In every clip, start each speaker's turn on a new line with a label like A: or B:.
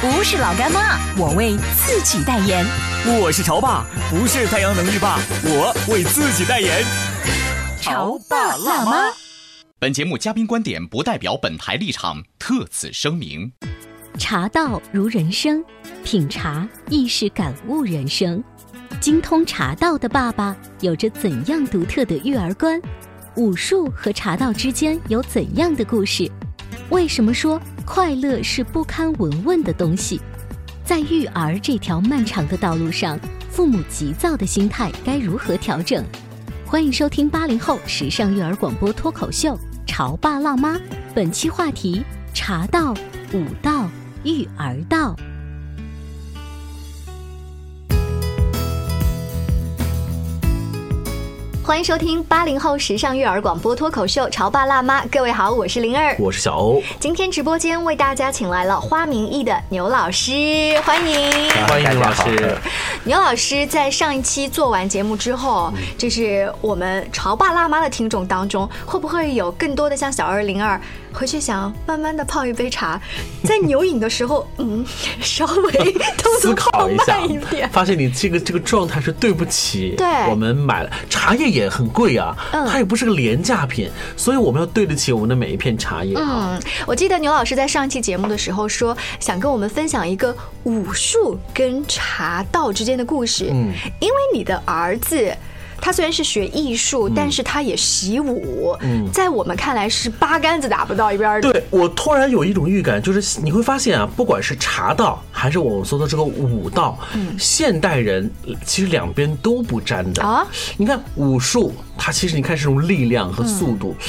A: 不是老干妈，我为自己代言。
B: 我是潮爸，不是太阳能浴霸，我为自己代言。
A: 潮爸辣妈。
C: 本节目嘉宾观点不代表本台立场，特此声明。
A: 茶道如人生，品茶亦是感悟人生。精通茶道的爸爸有着怎样独特的育儿观？武术和茶道之间有怎样的故事？为什么说快乐是不堪闻问的东西？在育儿这条漫长的道路上，父母急躁的心态该如何调整？欢迎收听八零后时尚育儿广播脱口秀《潮爸辣妈》，本期话题：茶道、武道、育儿道。
D: 欢迎收听八零后时尚育儿广播脱口秀《潮爸辣妈》，各位好，我是灵儿。
B: 我是小欧，
D: 今天直播间为大家请来了花明义的牛老师，欢迎。
E: 欢迎老师。
D: 牛老师在上一期做完节目之后，
E: 嗯
D: 就是我们潮爸辣妈的听众当中，会不会有更多的像小二零二回去想慢慢的泡一杯茶，在牛饮的时候，嗯，稍 微动
E: 思
D: 作
E: 考
D: 放
E: 一下
D: 慢一点，。
E: 发现你这个这个状态是对不起。
D: 对
E: 我们买了茶叶也很贵啊，
D: 嗯
E: 它也不是个廉价品，所以我们要对得起我们的每一片茶叶啊。
D: 嗯，我记得牛老师在上一期节目的时候说，想跟我们分享一个武术跟茶道之间的故事。
E: 嗯，
D: 因为你的儿子。他虽然是学艺术，但是他也习武，
E: 嗯
D: 在我们看来是八竿子打不到一边儿的。
E: 对我突然有一种预感，就是你会发现啊，不管是茶道还是我们说的这个武道，
D: 嗯
E: 现代人其实两边都不沾的
D: 啊。
E: 你看武术，它其实你看是种力量和速度，
D: 嗯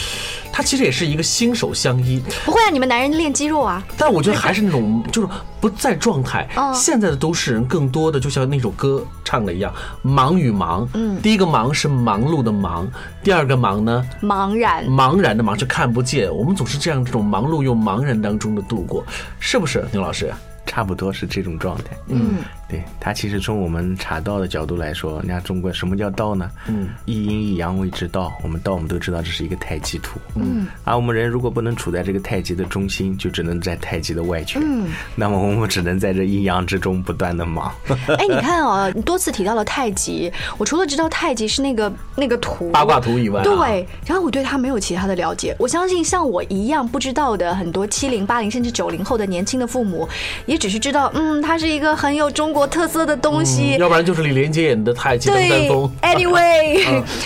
E: 它其实也是一个心手相依。
D: 不会啊，你们男人练肌肉啊？
E: 但我觉得还是那种就是不在状态。
D: 哦
E: 现在的都市人更多的就像那首歌唱的一样，忙与忙。
D: 嗯
E: 第一个忙是忙碌的忙，第二个忙呢，
D: 茫然，
E: 茫然的忙就看不见。我们总是这样这种忙碌又茫然当中的度过，是不是，牛老师？
F: 差不多是这种状态。
D: 嗯，
F: 对，它其实从我们茶道的角度来说，那中国什么叫道呢？
E: 嗯，
F: 一阴一阳谓之道。我们道我们都知道这是一个太极图。
D: 嗯，
F: 而我们人如果不能处在这个太极的中心，就只能在太极的外圈。
D: 嗯，
F: 那么我们只能在这阴阳之中不断的忙。
D: 哎，你看哦，你多次提到了太极，我除了知道太极是那个那个图
E: 八卦图以外、啊，，
D: 对，然后我对他没有其他的了解。我相信像我一样不知道的很多七零、八零甚至九零后的年轻的父母，也只是知道，嗯，它是一个很有中国特色的东西。
E: 要不然就是李连杰演的太极登
D: 对
E: 丹峰。
D: ，anyway，、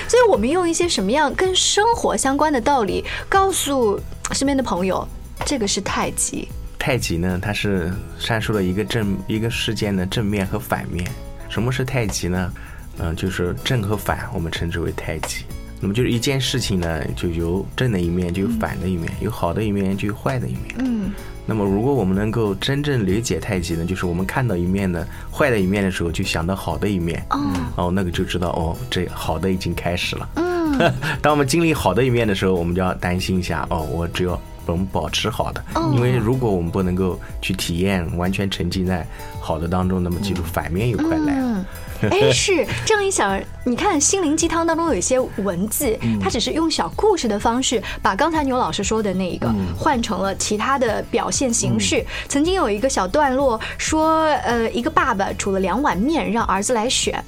D: 所以我们用一些什么样跟生活相关的道理，告诉身边的朋友，这个是太极。
F: 太极呢，它是阐述了一个正一个事件的正面和反面。什么是太极呢？嗯、就是正和反，我们称之为太极。那么就是一件事情呢，就有正的一面，就有反的一面，有好的一面，就有坏的一面。
D: 嗯，
F: 那么如果我们能够真正理解太极呢，就是我们看到一面的坏的一面的时候，就想到好的一面。
D: 哦，
F: 哦，那个就知道哦，这好的已经开始了。
D: 嗯，
F: 当我们经历好的一面的时候，我们就要担心一下哦，我只有能保持好的，
D: 哦
F: 因为如果我们不能够去体验，完全沉浸在好的当中，那么记住反面又快来了。
D: 嗯，哎，是这样一想，你看心灵鸡汤当中有一些文字，它只是用小故事的方式，把刚才牛老师说的那一个换成了其他的表现形式。曾经有一个小段落说，呃，一个爸爸煮了两碗面让儿子来选，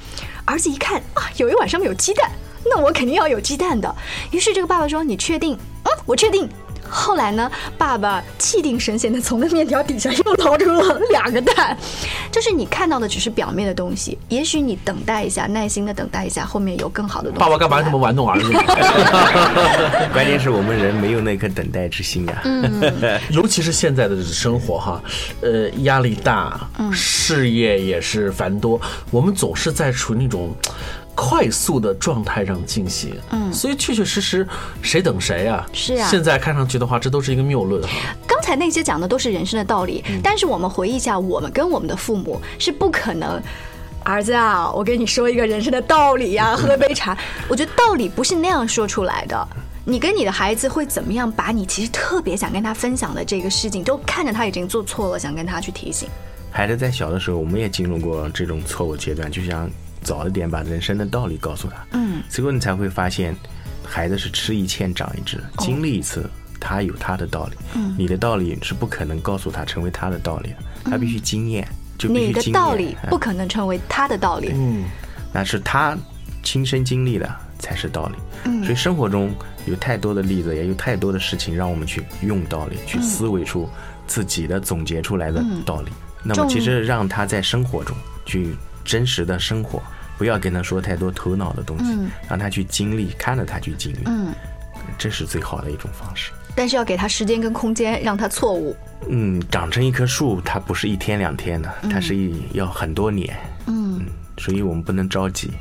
D: 儿子一看啊，有一碗上面有鸡蛋，那我肯定要有鸡蛋的。于是这个爸爸说：“你确定？嗯，我确定。”后来呢，爸爸气定神闲的从那面条底下又掏出了两个蛋，就是你看到的只是表面的东西，也许你等待一下，耐心的等待一下，后面有更好的东西。
E: 爸爸干嘛这么？玩弄 儿子呢？
F: 关键是我们人没有那颗等待之心啊。
D: 嗯
E: 尤其是现在的生活哈，呃，压力大，事业也是繁多，我们总是在处于那种快速的状态上进行，嗯，所以确确实实谁等谁啊？
D: 是啊
E: 现在看上去的话，这都是一个谬论哈。
D: 刚才那些讲的都是人生的道理，
F: 嗯
D: 但是我们回忆一下，我们跟我们的父母是不可能。儿子啊，我跟你说一个人生的道理呀、喝杯 茶。我觉得道理不是那样说出来的。你跟你的孩子会怎么样把你其实特别想跟他分享的这个事情，都看着他已经做错了，想跟他去提醒。
F: 孩子在小的时候，我们也经历过这种错误阶段，就想早一点把人生的道理告诉他。
D: 嗯，
F: 最后你才会发现，孩子是吃一堑长一智，经历一次，他有他的道理，
D: 嗯
F: 你的道理是不可能告诉他成为他的道理的，他必须经验，就必须
D: 你的
F: 经验。
D: 道理
F: 哎
D: 不可能成为他的道理。
E: 嗯，
F: 那是他亲身经历的才是道理。
D: 嗯
F: 所以生活中有太多的例子，也有太多的事情让我们去用道理，
D: 嗯
F: 去思维出自己的总结出来的道理。那么
D: 重
F: 其实让他在生活中去真实的生活，不要跟他说太多头脑的东西，让他去经历，看着他去经历，
D: 嗯，
F: 这是最好的一种方式。
D: 但是要给他时间跟空间，让他错误。
F: 嗯，长成一棵树，它不是一天两天的，
D: 嗯
F: 它是一要很多年。嗯，所以我们不能着急。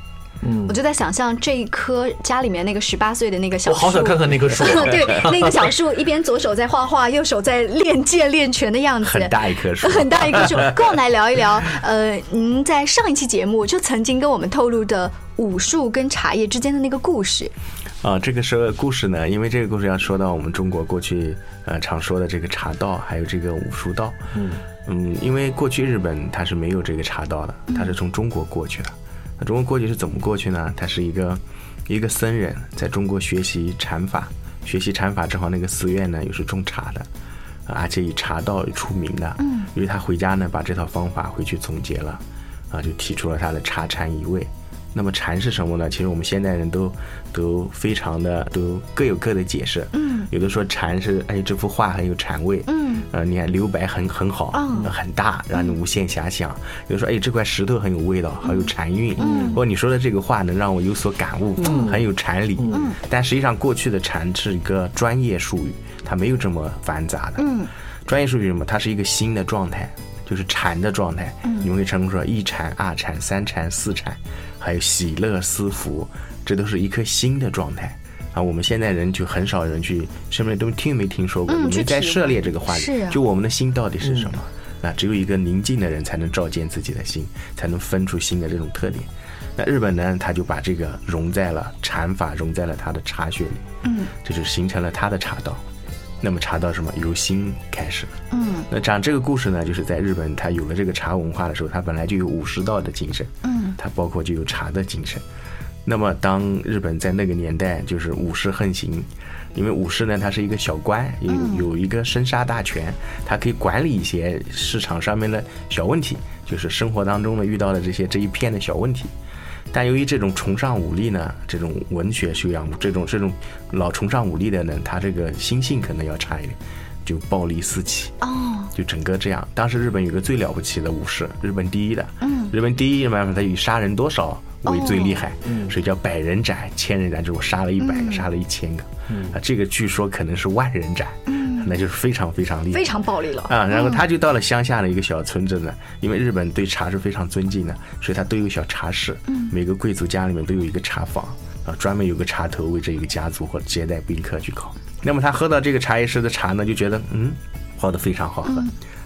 F: 嗯
D: 我就在想象这一棵家里面那个十八岁的那个小
E: 我
D: 树，。
E: 好想看看那棵 树啊
D: 对，那个小树一边左手在画画，右手在练剑练拳的样子，
F: 很大一棵树
D: 很大一棵树。跟我们来聊一聊，呃，您在上一期节目就曾经跟我们透露的武术跟茶叶之间的那个故事，
F: 啊，这个是故事呢，因为这个故事要说到我们中国过去呃常说的这个茶道，还有这个武术道。嗯因为过去日本它是没有这个茶道的，它是从中国过去的。那中国过去是怎么过去呢？他是一个一个僧人在中国学习禅法，学习禅法之后，那个寺院呢又是种茶的。啊而且以茶道出名的，嗯，因为他回家呢，把这套方法回去总结了，啊，就提出了他的茶禅一味。那么禅是什么呢？其实我们现代人都都非常的都各有各的解释，嗯，有的说禅是哎这幅画很有禅味，嗯，呃你看留白很很好，呃很大，让你无限遐想；有的说哎这块石头很有味道，好有禅韵，嗯，或者你说的这个话能让我有所感悟，很有禅理，嗯，但实际上过去的禅是一个专业术语，它没有这么繁杂的，嗯，专业术语是什么？它是一个新的状态，就是禅的状态。
D: 嗯
F: 你们会称说一禅、二禅、三禅、四禅，还有喜乐、思福，这都是一颗心的状态。啊，我们现在人就很少人去，身边都听没听说过，
D: 嗯
F: 我
D: 去
F: 们在
D: 体会
F: 涉猎这个话题，
D: 是啊嗯
F: 就我们的心到底是什么？那只有一个宁静的人才能照见自己的心，才能分出心的这种特点。那日本呢，他就把这个融在了禅法，融在了他的茶学里，嗯，这就形成了他的茶道。那么茶道是什么？由心开始。嗯，那讲这个故事呢，就是在日本，它有了这个茶文化的时候，它本来就有武士道的精神。嗯，它包括就有茶的精神。那么，当日本在那个年代就是武士横行，因为武士呢，他是一个小官，有有一个生杀大权，他可以管理一些市场上面的小问题，就是生活当中呢遇到的这些这一片的小问题。但由于这种崇尚武力呢，这种文学修养，这种这种老崇尚武力的人，他这个心性可能要差一点，就暴力四起。
D: 哦，
F: 就整个这样。当时日本有个最了不起的武士，日本第一的，嗯，日本第一嘛，他以杀人多少为最厉害，
D: 哦
F: 所以叫百人斩、千人斩，就是我杀了一
D: 嗯
F: 百个，杀了一千个，啊，这个据说可能是万人斩，那就是非常非常厉害，
D: 嗯非常暴力了。
F: 啊，然后他就到了乡下的一个小村镇呢，因为日本对茶是非常尊敬的，所以他都有小茶室，每个贵族家里面都有一个茶坊啊，专门有个茶头为这一个家族或者接待宾客去搞。那么他喝到这个茶叶师的茶呢，就觉得嗯，泡的非常好喝，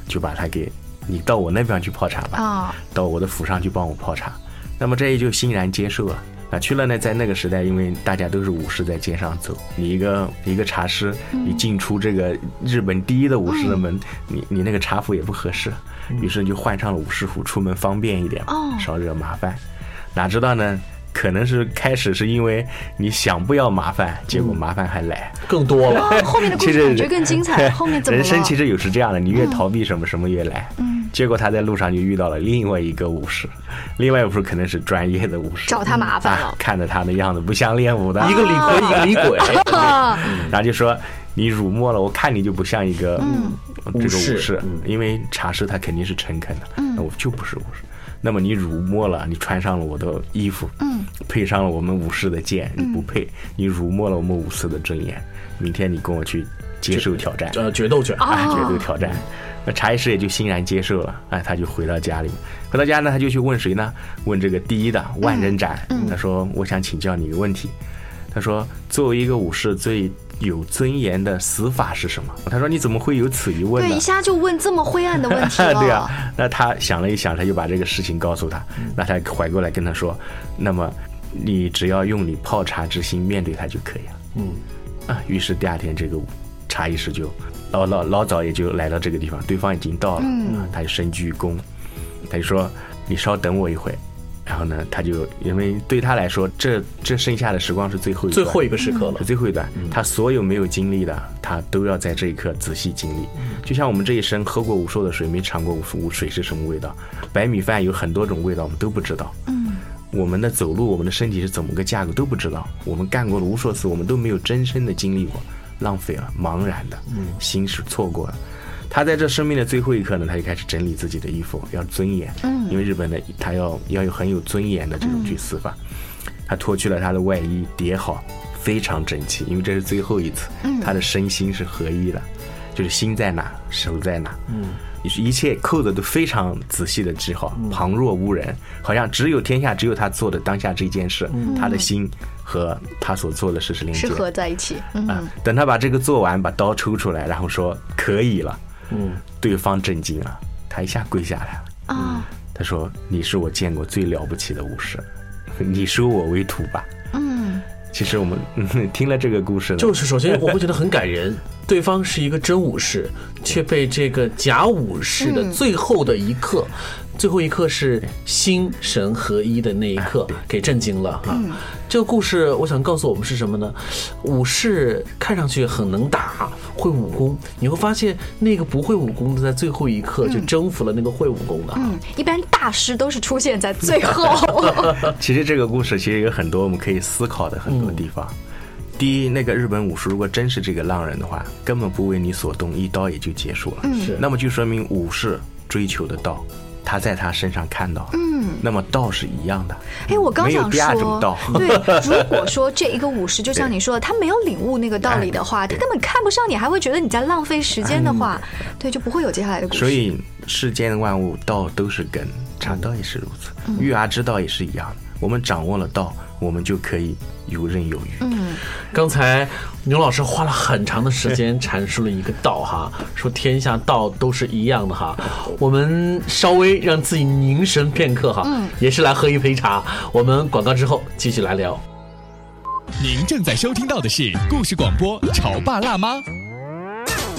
F: 就把他给你到我那边去泡茶吧，
D: 啊、
F: 到我的府上去帮我泡茶。那么这也就欣然接受了。啊，去了呢，在那个时代，因为大家都是武士在街上走，你一个一个茶师，你进出这个日本第一的武士的门，你你那个茶服也不合适，于是你就换上了武士服，出门方便一点嘛，
D: 哦
F: 少惹麻烦。哪知道呢？可能是开始是因为你想不要麻烦，结果麻烦还来。
E: 更多了，
D: 哦，后面的故
F: 其
D: 事
F: 实
D: 感觉更精 彩。后面怎么
F: 人生
D: 了？嗯
F: 其实有时这样的，你越逃避什么，什么越来。嗯，结果他在路上就遇到了另外一个武士，另外一个武士可能是专业的武士，嗯
D: 找他麻烦了
F: 啊看着他的样子不像练武的，嗯
E: 一个李逵，一个李鬼，
D: 啊，
F: 然后就说。你辱没了，我看你就不像一个
D: 嗯
F: 这个武
E: 武士嗯
F: 因为茶师他肯定是诚恳的，
D: 嗯
F: 那我就不是武士。那么你辱没了，你穿上了我的衣服，嗯，配上了我们武士的剑，你
D: 嗯
F: 不配，你辱没了我们武士的尊严。明天你跟我去接受挑战，
E: 呃，决斗犬，
F: 啊，决斗挑战。那茶艺师也就欣然接受了，哎，他就回到家里，回到家呢，他就去问谁呢？问这个第一的万人斩。他说：“我想请教你一个问题。”他说：“作为一个武士，最有尊严的死法是什么？”他说：“你怎么会有此一问
D: 对，
F: 呢
D: 一？”下就问这么灰暗的问题了。
F: 对啊，那他想了一想，他就把这个事情告诉他，
D: 嗯
F: 那他缓过来跟他说：“那么，你只要用你泡茶之心面对他就可以了。”
E: 嗯，
F: 啊，于是第二天这个茶艺师就老老老早也就来到这个地方，对方已经到了，
D: 嗯
F: 啊，他就深鞠一躬，他就说：“你稍等我一会。”然后呢，他就因为对他来说，这这剩下的时光是最后一
E: 最
F: 段
E: 后一个时刻了
F: 是。最后一段，他所有没有经历的，他都要在这一刻仔细经历。就像我们这一生喝过无数的水，没尝过无数水是什么味道，白米饭有很多种味道，我们都不知道。嗯，我们的走路，我们的身体是怎么个架构都不知道，我们干过了无数次，我们都没有真身的经历过，浪费了，茫然的，嗯，心是错过了。他在这生命的最后一刻呢，他就开始整理自己的衣服，要尊严。嗯，因嗯为日本的他要要有很有尊严的这种去死法。他脱去了他的外衣，叠好，非常整齐，因为这是最后一次。
D: 嗯
F: 他的身心是合一的，就是心在哪，手在哪。嗯，一切扣的都非常仔细的治好，旁若无人，好像只有天下只有他做的当下这件事，他的心和他所做的事是连接
D: 是
F: 的。
D: 合在一起，嗯，
F: 啊，等他把这个做完，把刀抽出来，然后说可以了，
E: 嗯，
F: 对方震惊了，他一下跪下来了。
D: 啊，
F: 他说：“你是我见过最了不起的武士，你收我为徒吧。”
D: 嗯，
F: 其实我们、 嗯、听了这个故事呢，
E: 就是首先我会觉得很感 人，对方是一个真武士，却被这个假武士的最后的一刻，最后一刻是心神合一的那一刻给震惊了啊！这个故事我想告诉我们是什么呢？武士看上去很能打，会武功，你会发现那个不会武功的在最后一刻就征服了那个会武功的啊。
D: 嗯，一般大师都是出现在最 后，
F: 其实这个故事其实有很多我们可以思考的
E: 嗯
F: 很多地方。第一，那个日本武士如果真是这个浪人的话，根本不为你所动，一刀也就结束了。
D: 嗯
E: 是
F: 那么就说明武士追求的道，他在他身上看到了。嗯，那么道是一样的。
D: 哎，我刚
F: 没有
D: 想
F: 第二种
D: 说
F: 道，
D: 对，如果说这一个武士，就像你说的，他没有领悟那个道理的话，他根本看不上你，还会觉得你在浪费时间的话，对，就不会有接下来的故事。
F: 嗯所以世间的万物道都是根，茶道也是如此，育儿之道也是一样的。我们掌握了道，我们就可以游刃有余。
E: 刚才牛老师花了很长的时间阐述了一个道哈，说天下道都是一样的哈。我们稍微让自己凝神片刻哈，也是来喝一杯茶。我们广告之后继续来聊。
C: 您正在收听到的是故事广播《潮爸辣妈》。
A: 《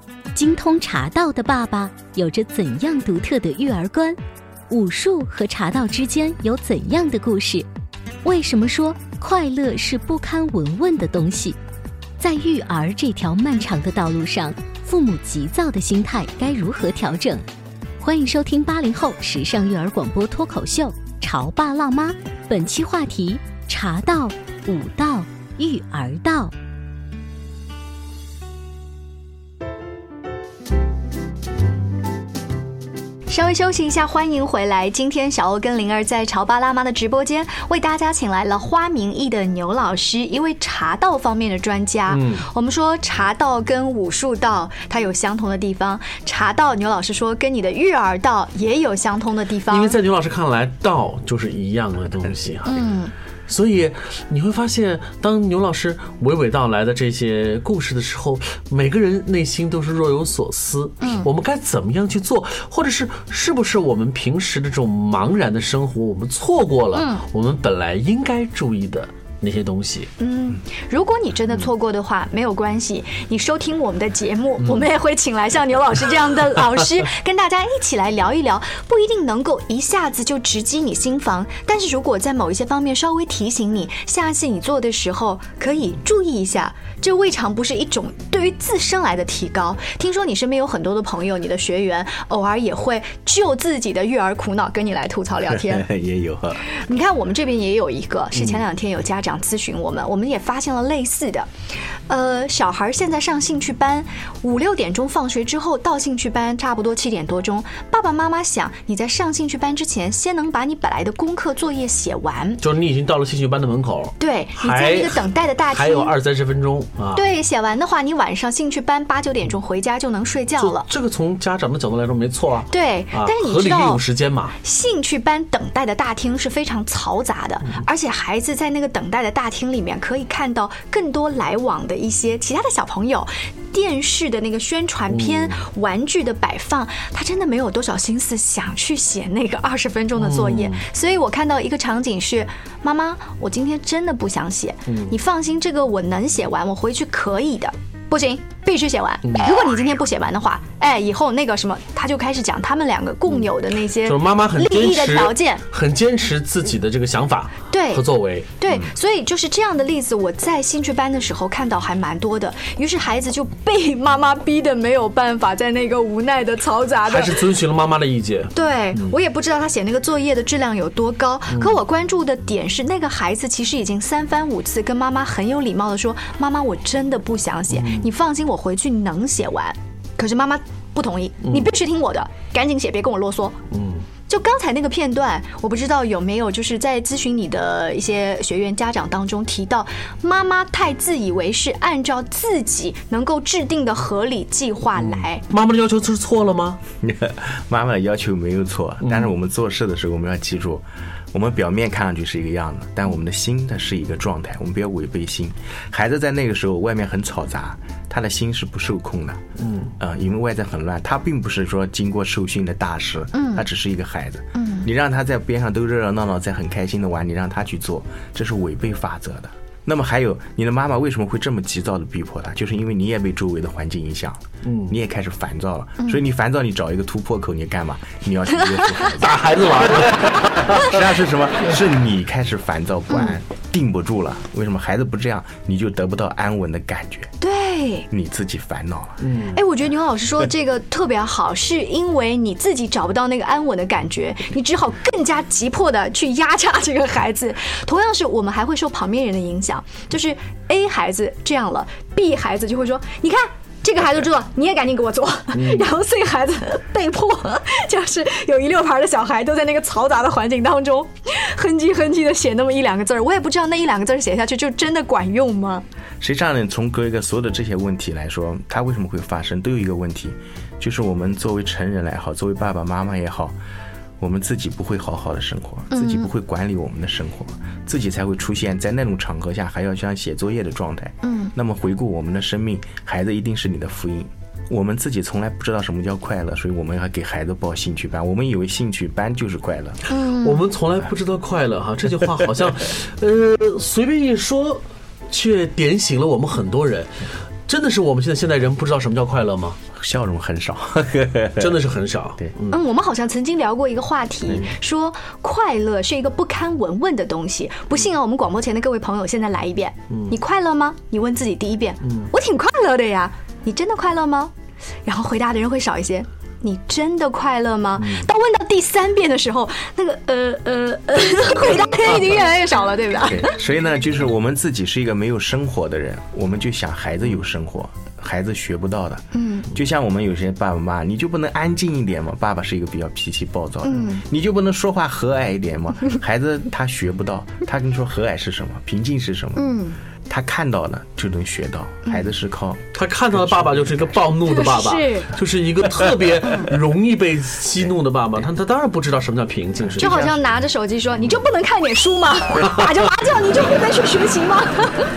A: 精通茶道的爸爸有着怎样独特的育儿观？武术和茶道之间有怎样的故事？为什么说快乐是不堪闻问的东西？在育儿这条漫长的道路上，父母急躁的心态该如何调整？欢迎收听八零后时尚育儿广播脱口秀《潮爸辣妈》，本期话题：茶道、武道、育儿道。
D: 稍微休息一下，欢迎回来。今天小欧跟灵儿在潮爸辣妈的直播间为大家请来了花名义的牛老师，一位茶道方面的专家。嗯，我们说茶道跟武术道它有相同的地方，茶道牛老师说跟你的育儿道也有相通的地方。
E: 因为在牛老师看来，道就是一样的东西哈。嗯。所以你会发现，当牛老师娓娓道来的这些故事的时候，每个人内心都是若有所思。嗯，我们该怎么样去做，或者是是不是我们平时的这种茫然的生活，我们错过了、我们本来应该注意的那些东西？
D: 嗯，如果你真的错过的话，没有关系，你收听我们的节目，我们也会请来像牛老师这样的老师，跟大家一起来聊一聊。不一定能够一下子就直击你心房，但是如果在某一些方面稍微提醒你，下一次你做的时候可以注意一下，这未尝不是一种对于自身来的提高。听说你身边有很多的朋友，你的学员偶尔也会就自己的育儿苦恼跟你来吐槽聊天。
F: 也有啊，
D: 你看，我们这边也有一个，
E: 嗯
D: 是前两天有家长咨询我们，我们也发现了类似的。呃，小孩现在上兴趣班，五六点钟放学之后到兴趣班，差不多七点多钟。爸爸妈妈想，你在上兴趣班之前，先能把你本来的功课作业写完。
E: 就是你已经到了兴趣班的门口，
D: 对，你
E: 还
D: 在那个等待的大
E: 还有
D: 厅，
E: 二三十分钟啊。
D: 对，写完的话，你晚上兴趣班八九点钟回家就能睡觉
E: 就
D: 了。
E: 这个从家长的角度来说没错啊。
D: 对，
E: 啊
D: 但是
E: 合
D: 你知
E: 理利
D: 道
E: 用，时间嘛，
D: 兴趣班等待的大厅是非常嘈杂的，而且孩子在那个等待的大厅里面可以看到更多来往的一些其他的小朋友，电视的那个宣传片、玩具的摆放，他真的没有多少心思想去写那个二十分钟的作业。所以我看到一个场景是，妈妈，我今天真的不想写，你放心，这个我能写完，我回去可以的。不行，必须写完。如果你今天不写完的话，哎，以后那个什么，他就开始讲他们两个共有的那些
E: 就是妈妈很
D: 利
E: 坚
D: 益的
E: 持
D: 条件。
E: 很坚持自己的这个想法
D: 对
E: 和作嗯为。
D: 对，所以就是这样的例子，我在兴趣班的时候看到还蛮多的。于是孩子就被妈妈逼的没有办法，在那个无奈的嘈杂的
E: 还是遵循了妈妈的意见。
D: 对、我也不知道他写那个作业的质量有多高，可我关注的点是，那个孩子其实已经三番五次跟妈妈很有礼貌的说：“妈妈，我真的不想写，你放心，我回去能写完。”可是妈妈不同意，你必须听我的，赶紧写，别跟我啰嗦。嗯。就刚才那个片段，我不知道有没有就是在咨询你的一些学员家长当中提到，妈妈太自以为是，按照自己能够制定的合理计划来。
E: 妈妈的要求是错了吗？
F: 妈妈的要求没有错，但是我们做事的时候，我们要记住，我们表面看上去是一个样子，但我们的心它是一个状态，我们不要违背心。孩子在那个时候外面很嘈杂，他的心是不受控的，嗯，呃，因为外在很乱，他并不是说经过受训的大师，嗯，他只是一个孩子，嗯，你让他在边上都热热闹闹，在很开心的玩，你让他去做，这是违背法则的。那么还有，你的妈妈为什么会这么急躁的逼迫他？就是因为你也被周围的环境影响了，嗯，你也开始烦躁了，所以你烦躁，你找一个突破口，你干嘛？你要去约束孩子。
E: 打孩子玩儿，
F: 实际上是什么？是你开始烦躁不安，定不住了。为什么孩子不这样，你就得不到安稳的感觉，
D: 对，
F: 你自己烦恼了。
D: 哎，我觉得牛老师说的这个特别好，是因为你自己找不到那个安稳的感觉，你只好更加急迫的去压榨这个孩子。 同样是我们还会受旁边人的影响，就是 A 孩子这样了，B 孩子就会说：“你看。”这个孩子知道，你也赶紧给我做。 然后 C 孩子被迫，就是有一溜排的小孩都在那个嘈杂的环境当中， 哼唧哼唧的写那么一两个字儿，我也不知道那一两个字儿写下去就真的管用吗？
F: 实际上呢，从各一个所有的这些问题来说，它为什么会发生，都有一个问题，就是我们作为成人来好，作为爸爸妈妈也好，我们自己不会好好的生活，自己不会管理我们的生活，自己才会出现在那种场合下还要像写作业的状态。嗯，那么回顾我们的生命，孩子一定是你的福音。我们自己从来不知道什么叫快乐，所以我们要给孩子报兴趣班，我们以为兴趣班就是快乐。
D: 嗯
E: 我们从来不知道快乐哈。这句话好像， 呃，随便一说，却点醒了我们很多人。真的是我们现在现代人不知道什么叫快乐吗？
F: 笑容很少，
E: 真的是很少。
F: 对
D: 嗯，我们好像曾经聊过一个话题，说快乐是一个不堪闻问的东西。不信啊，我们广播前的各位朋友，现在来一遍，你快乐吗？你问自嗯己第一遍，我挺快乐的呀。你真的快乐吗？然后回答的人会少一些。你真的快乐吗？当问到第三遍的时候，那个呃呃呃， 回答已经越来越少了，对吧？
F: 对，所以呢，就是我们自己是一个没有生活的人，我们就想孩子有生活，孩子学不到的。嗯，就像我们有些爸爸妈妈，你就不能安静一点吗？爸爸是一个比较脾气暴躁的，你就不能说话和蔼一点吗？孩子他学不到，他跟你说和蔼是什么，平静是什么？嗯，他看到了就能学到，孩子是靠
E: 他看到的爸爸就是一个暴怒的爸爸，
D: 是
E: 就是一个特别容易 被激怒的爸爸。他他当然不知道什么叫平静，是
D: 就好像拿着手机说：“你就不能看点书 吗？打着麻将你就不能去学习吗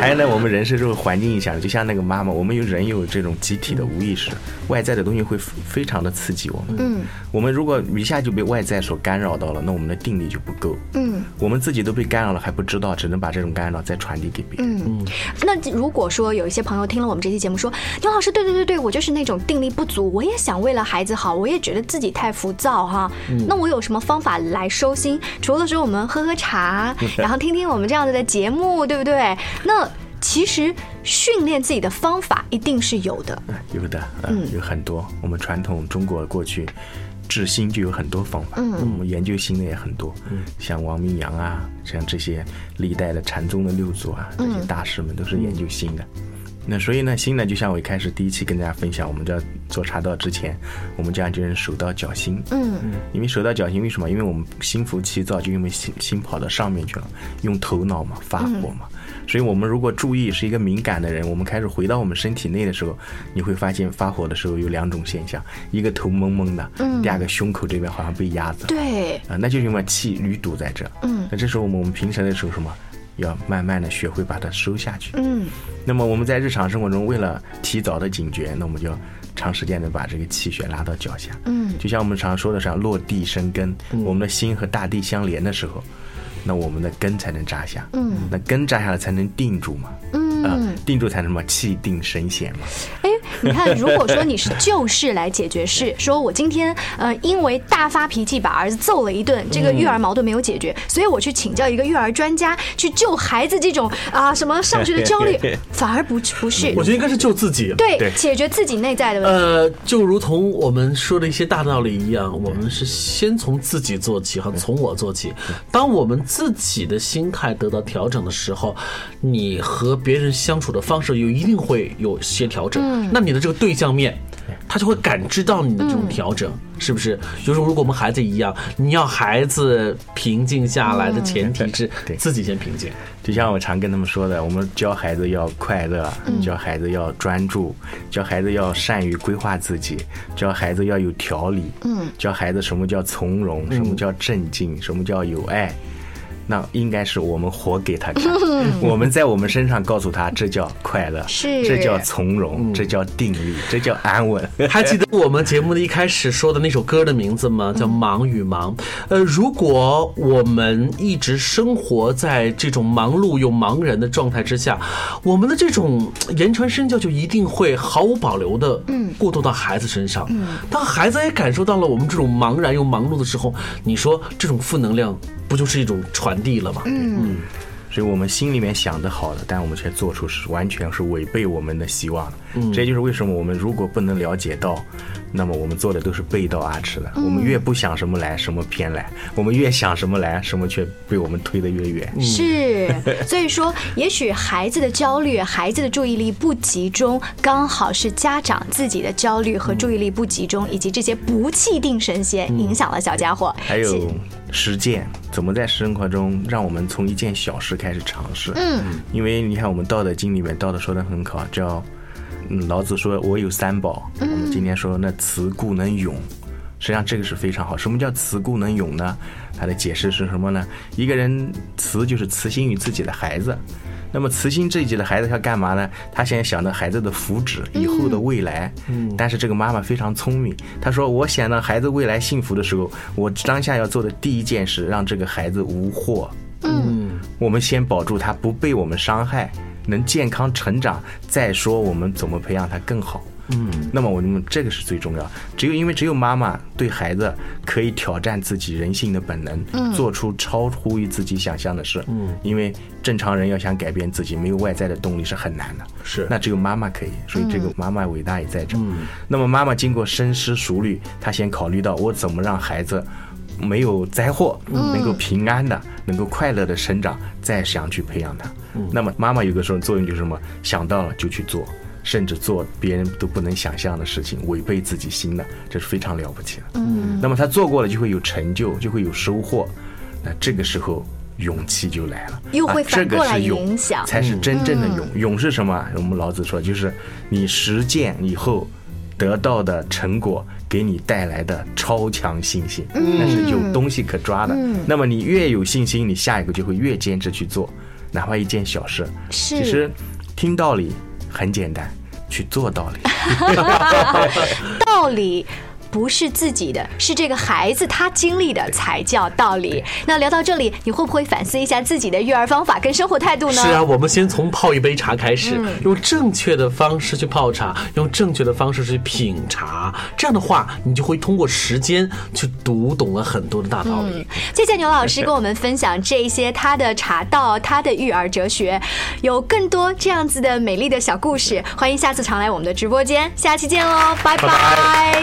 F: 还有呢，我们人是受环境影响的，就像那个妈妈，我们有人有这种集体的无意识，外在的东西会非非常的刺激我们。嗯，我们如果一下就被外在所干扰到了，那我们的定力就不够。嗯，我们自己都被干扰了还不知道，只能把这种干扰再传递给别人。嗯，？”
D: 那如果说有一些朋友听了我们这期节目说：“牛老师，对对对对，我就是那种定力不足，我也想为了孩子好，我也觉得自己太浮躁哈。那我有什么方法来收心？除了说我们喝喝茶，然后听听我们这样子的节目，对不对？那其实训练自己的方法一定是有的。
F: 有的，嗯，有很多。我们传统中国过去治心就有很多方法，嗯，我们研究心的也很多，像王明阳啊，像这些历代的禅宗的六祖啊，这些大师们都是研究心的。那所以呢，心呢，就像我一开始第一期跟大家分享，我们在做茶道之前，我们家就是手到脚心。嗯，因为手到脚心，为什么？因为我们心浮气躁，就因为心心跑到上面去了，用头脑嘛，发火嘛。所以我们如果注意是一个敏感的人，我们开始回到我们身体内的时候，你会发现发火的时候有两种现象，一个头蒙蒙的，第二个胸口这边好像被压着。
D: 对，
F: 啊，那就是因为气淤堵在这。嗯，那这时候我们我们平时的时候什么，要慢慢的学会把它收下去。
D: 嗯，
F: 那么我们在日常生活中，为了提早的警觉，那我们就要长时间的把这个气血拉到脚下。嗯，就像我们常说的上落地生根，我们的心和大地相连的时候，那我们的根才能扎下。嗯，那根扎下了才能定住嘛。嗯，啊，定住才能嘛气定神闲嘛。
D: 哎，你看，如果说你是就事来解决 事，说我今天呃因为大发脾气把儿子揍了一顿，这个育儿矛盾没有解决，所以我去请教一个育儿专家去救孩子这种啊、什么上学的焦 虑，反而不不是
E: 我觉得应该是救自己。
D: 对
F: 对
D: 解决自己内在的问题。
E: 呃，就如同我们说的一些大道理一样，我们是先从自己做起，哈，从我做起。当我们自己的心态得到调整的时候，你和别人相处的方式又一定会有些调整。那你的这个对象面，他就会感知到你的这种调整，是不是？就是如果我们孩子一样，你要孩子平静下来的前提是
F: 对
E: 自己先平静。
F: 就像我常跟他们说的，我们教孩子要快乐，教孩子要专注，教孩子要善于规划自己，教孩子要有条理，嗯，教孩子什么叫从容，什么叫镇静，什么叫友爱。那应该是我们活给他看，我们在我们身上告诉他，这叫快乐，
D: 是
F: 这叫从容，这叫定力，这叫安稳。
E: 还记得我们节目的一开始说的那首歌的名字吗？叫《忙与忙》。呃，如果我们一直生活在这种忙碌又茫然的状态之下，我们的这种呃言传身教就一定会毫无保留的过渡到孩子身上。当孩子也感受到了我们这种茫然又忙碌的时候，你说这种负能量不就是一种传递了吗？
F: 所以我们心里面想的好的，但我们却做出是完全是违背我们的希望的。这也就是为什么我们如果不能了解到，那么我们做的都是背道而驰的。我们越不想什么来，什么偏来；我们越想什么来，什么却被我们推得越
D: 嗯
F: 远。
D: 是， 所以说，也许孩子的焦虑、孩子的注意力不集中，刚好是家长自己的焦虑和注意力不集中，以及这些不气定神闲影响了小家伙。
F: 还
D: 是
F: 有实践，怎么在生活中让我们从一件小事开始尝试？嗯，因为你看我们《道德经》里面，道德说的很好，叫、嗯、老子说“我有三宝”，我们今天说那慈故能勇。实际上这个是非常好。什么叫慈故能勇呢？它的解释是什么呢？一个人慈就是慈心于自己的孩子，那么慈心自己的孩子要干嘛呢？他现在想着孩子的福祉，以后的未来。嗯。但是这个妈妈非常聪明，她说：“我想到孩子未来幸福的时候，我当下要做的第一件事，让这个孩子无祸。嗯，我们先保住他不被我们伤害，能健康成长，再说我们怎么培养他更好。嗯，那么我们这个是最重要。只有因为只有妈妈对孩子可以挑战自己人性的本能，做出超乎于自己想象的事。嗯，因为正常人要想改变自己，没有外在的动力是很难的。
E: 是
F: 那只有妈妈可以，所以这
D: 嗯
F: 个妈妈伟大也在这。嗯，那么妈妈经过深思熟虑，她先考虑到我怎么让孩子。没有灾祸，
D: 嗯
F: 能够平安的、能够快乐的生长，再想去培养他。那么妈妈有个时候作用就是什么，想到了就去做，甚至做别人都不能想象的事情，违背自己心的，这是非常了不起的。嗯，那么他做过了就会有成就，就会有收获，那这个时候。勇气就来了，
D: 又会
F: 啊这
D: 反
F: 个
D: 过
F: 是
D: 来
F: 勇
D: 影响
F: 才是真正的勇。勇是什么啊？我们老子说，就是你实践以后得到的成果给你带来的超强信心，那是有东西可抓的。那么你越有信心，你下一个就会越坚持去做，哪怕一件小事。
D: 是
F: 其实听道理很简单，去做道理。
D: 道理。不是自己的，是这个孩子他经历的才叫道理。那聊到这里，你会不会反思一下自己的育儿方法跟生活态度呢？嗯
E: 是啊，我们先从泡一杯茶开始，用正确的方式去泡茶，用正确的方式去品茶。这样的话，你就会通过时间去读懂了很多的大道理。
D: 谢谢牛老师跟我们分享这一些他的茶道、他的育儿哲学，有更多这样子的美丽的小故事，欢迎下次常来我们的直播间，下期见喽，拜拜